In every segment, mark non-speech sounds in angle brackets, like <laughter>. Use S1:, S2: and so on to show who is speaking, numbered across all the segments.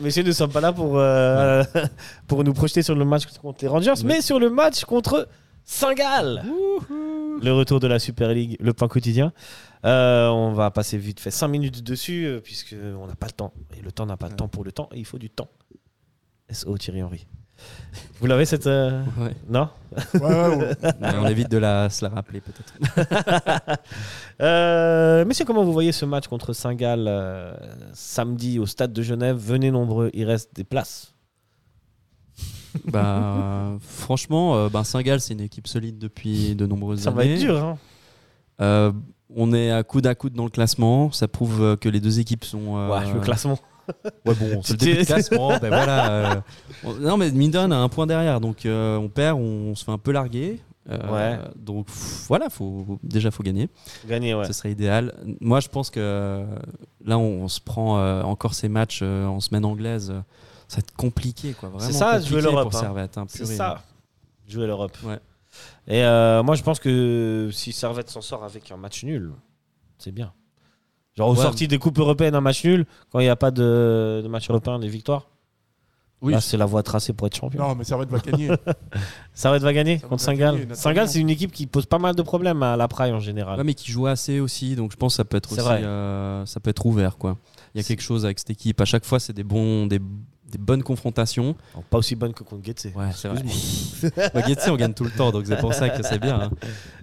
S1: Messieurs, nous ne sommes pas là pour, euh, <laughs> pour nous projeter sur le match contre les Rangers, mais sur le match contre Saint-Gall. Le retour de la Super League, le point quotidien. Euh, on va passer vite fait 5 minutes dessus, puisqu'on n'a pas le temps. Et le temps n'a pas le temps pour le temps, et il faut du temps. SO Thierry Henry. Vous l'avez cette. euh,
S2: Ouais.
S1: Non
S3: Ouais, ouais, ouais.
S2: Mais <laughs> on évite de la, se la
S1: <laughs>
S2: rappeler peut-être.
S1: Euh, messieurs, comment vous voyez ce match contre Saint-Gall euh, samedi au stade de Genève Venez nombreux, il reste des places.
S2: bah, franchement, euh, ben Saint-Gall, c'est une équipe solide depuis de nombreuses
S1: Ça va
S2: années.
S1: être dur. hein.
S2: Euh, on est à coude à coude dans le classement. Ça prouve euh, que les deux équipes sont. euh,
S1: Ouais, le classement.
S2: Ouais, bon, c'est
S1: <laughs>
S2: le début de classement. ben voilà, euh, on- non, mais Mindon a un point derrière. Donc, euh, on perd, on, se fait un peu larguer. Euh,
S1: Ouais.
S2: Donc, pff, voilà, faut, déjà, faut gagner.
S1: Gagner, ouais.
S2: Ce serait idéal. Moi, je pense que euh, là, on, on se prend euh, encore ces matchs euh, en semaine anglaise. euh, Ça va être compliqué, quoi. Vraiment
S1: C'est ça,
S2: compliqué
S1: jouer l'Europe,
S2: pour
S1: hein.
S2: Servette, hein,
S1: C'est
S2: purée.
S1: ça. Jouer l'Europe.
S2: Ouais.
S1: Et euh, moi, je pense que si Servette s'en sort avec un match nul, c'est bien. Genre, aux
S2: Ouais.
S1: sorties des Coupes européennes, un match nul, quand il n'y a pas de, de match européen, des victoires.
S2: Oui.
S1: Là, c'est la voie tracée pour être champion.
S3: Non, mais Servette va
S2: <laughs>
S3: gagner.
S1: Servette va gagner
S3: Servette
S1: contre
S3: va
S1: Saint-Gall.
S3: gagner, naturellement.
S1: Saint-Gall, c'est une équipe qui pose pas mal de problèmes à la Praille en général.
S2: Ouais, mais qui joue assez aussi, donc je pense que ça peut être
S1: C'est
S2: aussi,
S1: vrai.
S2: euh, ça peut être ouvert, quoi. Il y a quelque chose avec cette équipe. À chaque fois, c'est des bons, des, des bonnes confrontations.
S1: Alors, Pas aussi bonne que contre Getse.
S2: Ouais, c'est vrai. <laughs> Bah, Guetzi, on gagne tout le temps, donc c'est pour ça que c'est bien. hein.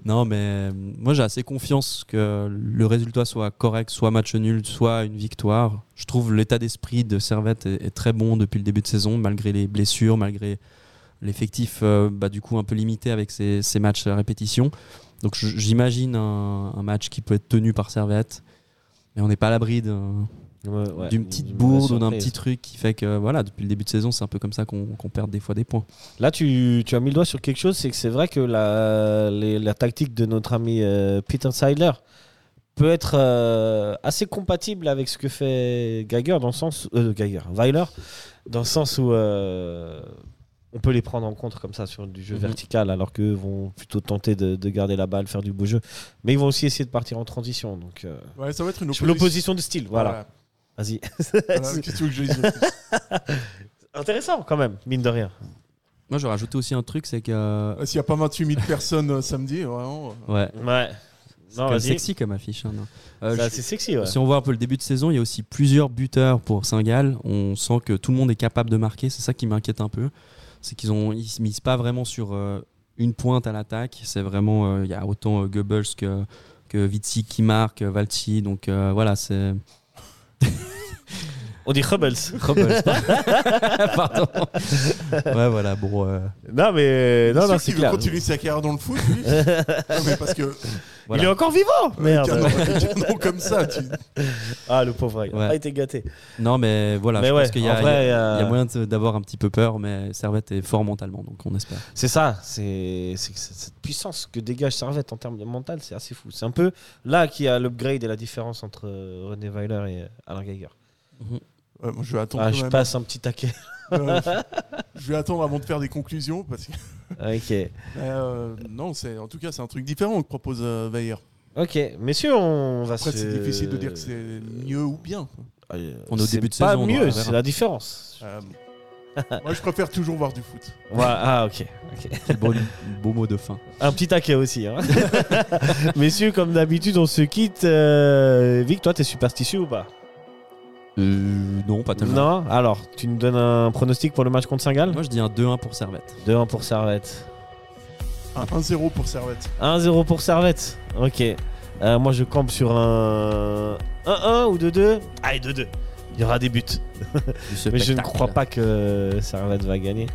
S2: Non, mais euh, moi, j'ai assez confiance que le résultat soit correct, soit match nul, soit une victoire. Je trouve l'état d'esprit de Servette est, est très bon depuis le début de saison, malgré les blessures, malgré l'effectif euh, bah, du coup un peu limité avec ces, ces matchs à répétition. Donc je- j'imagine un, un match qui peut être tenu par Servette, mais on n'est pas à l'abri d'un-
S1: Ouais, ouais.
S2: d'une petite
S1: Une
S2: bourde ou d'un
S1: surprise.
S2: petit truc qui fait que voilà, depuis le début de saison, c'est un peu comme ça qu'on qu'on perd des fois des points.
S1: Là, tu, tu as mis le doigt sur quelque chose, c'est que c'est vrai que la, les- la tactique de notre ami euh, Peter Seidler peut être euh, assez compatible avec ce que fait Geiger dans le sens euh, Geiger, Weiler, dans le sens où euh, on peut les prendre en compte comme ça sur du jeu
S2: Mhm.
S1: vertical, alors qu'eux vont plutôt tenter de, de garder la balle, faire du beau jeu, mais ils vont aussi essayer de partir en transition. Donc euh,
S3: Ouais, ça va être une
S1: sur
S3: opposition.
S1: l'opposition de style, voilà. Vas-y.
S3: Voilà, qu'est-ce que tu veux que je dise
S1: <laughs> Intéressant quand même, mine de rien.
S2: Moi, je rajouté aussi un truc, c'est que. euh,
S3: S'il n'y a pas 28 000 personnes euh, samedi, vraiment. euh,
S2: Ouais.
S1: Ouais.
S2: C'est
S1: Non,
S2: quand
S1: Ah,
S2: même
S1: vas-y.
S2: sexy comme affiche. hein, non. Euh,
S1: C'est
S2: je-
S1: assez sexy. Ouais.
S2: Si on voit un peu le début de saison, il y a aussi plusieurs buteurs pour Saint-Gall. On sent que tout le monde est capable de marquer. C'est ça qui m'inquiète un peu. C'est qu'ils ont, ils se misent pas vraiment sur euh, une pointe à l'attaque. C'est vraiment, euh, il y a autant euh, Goebbels que, que Vitsy qui marque, euh, Valti. Donc euh, voilà, c'est.
S1: <laughs> On dit Rebels.
S2: Goebbels, <laughs> pardon. ouais, voilà, bon. euh,
S1: Non, mais non,
S3: sûr
S1: non,
S3: qu'il
S1: c'est
S3: veut
S1: clair.
S3: continuer sa carrière dans le foot,
S1: <laughs>
S3: lui Non, mais parce que.
S2: Voilà.
S1: Il est encore vivant
S3: Qu'un
S1: Merde
S3: nom- qu'un nom comme ça, tu-
S1: Ah, le pauvre, il
S2: Ouais.
S1: a été gâté.
S2: Non, mais voilà,
S1: Mais
S2: je
S1: ouais,
S2: pense qu'il y a,
S1: en vrai,
S2: il y a-
S1: euh,
S2: il y a moyen de- d'avoir un petit peu peur, mais Servette est fort mentalement, donc on espère.
S1: C'est ça, c'est c'est que cette cette puissance que dégage Servette en termes de mental, c'est assez fou. C'est un peu là qu'il y a l'upgrade et la différence entre euh, René Weiler et euh, Alain Geiger.
S3: Ouais, moi, je vais attendre
S1: Ah,
S3: quand
S1: je
S3: même.
S1: passe un petit taquet. <laughs>
S3: Euh, je- je vais attendre avant de faire des conclusions. Parce que,
S1: ok.
S3: Euh, non, c'est- en tout cas, c'est un truc différent que propose euh, Weyer.
S1: Ok, messieurs, on va
S3: Après,
S1: se.
S3: c'est difficile de dire que c'est mieux ou bien.
S1: Euh,
S2: On est au
S1: c'est
S2: début de
S1: pas
S2: saison, on
S1: mieux,
S2: verra.
S1: c'est la différence.
S3: Euh, moi, je préfère toujours voir du foot.
S1: Ouais, ah, ok. ok.
S2: Quel beau, beau mot de fin.
S1: Un petit taquet aussi. Hein. <laughs> Messieurs, comme d'habitude, on se quitte. Euh, Vic, toi, t'es superstitieux ou pas
S2: Euh, non, pas tellement.
S1: Non Alors, tu nous donnes un pronostic pour le match contre Saint-Gall
S2: Moi, je dis un 2-1 pour Servette.
S1: 2-1 pour Servette.
S3: Un 1-0 pour Servette.
S1: 1-0 pour Servette. Ok. Euh, moi, je campe sur un 1-1 ou 2-2. Allez, 2-2. Il y aura des buts. Mais je ne crois pas que Servette va gagner.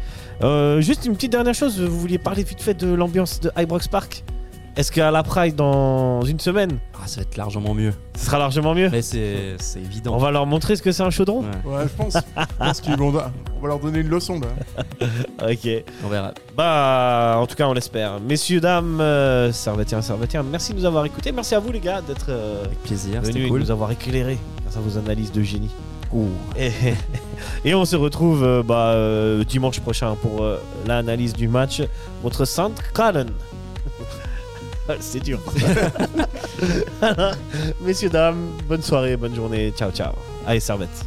S1: Euh, juste une petite dernière chose. Vous vouliez parler vite fait de l'ambiance de Ibrox Park Est-ce qu'à la Pride, dans une semaine,
S2: Ah, ça va être
S1: <laughs>
S2: largement mieux.
S1: ce sera largement mieux
S2: Mais c'est c'est évident.
S1: On va leur montrer ce que c'est un chaudron
S2: Ouais,
S3: Ouais,
S1: <laughs>
S3: je pense. je pense qu'ils vont. On va leur donner une leçon, là.
S1: Ok.
S2: on verra.
S1: Bah, en tout cas, on l'espère. Messieurs, dames, euh, Servetien, Servetien, merci de nous avoir écoutés. Merci à vous, les gars, d'être euh,
S2: Avec plaisir,
S1: venus
S2: c'était
S1: et de
S2: cool.
S1: nous avoir éclairés grâce à vos analyses de génie.
S2: Ouh.
S1: Et, <laughs> et on se retrouve euh, bah, euh, dimanche prochain pour euh, l'analyse du match contre Saint Gallen. <laughs> C'est dur. <laughs> Messieurs, dames, bonne soirée, bonne journée. Ciao, ciao. Allez, servette.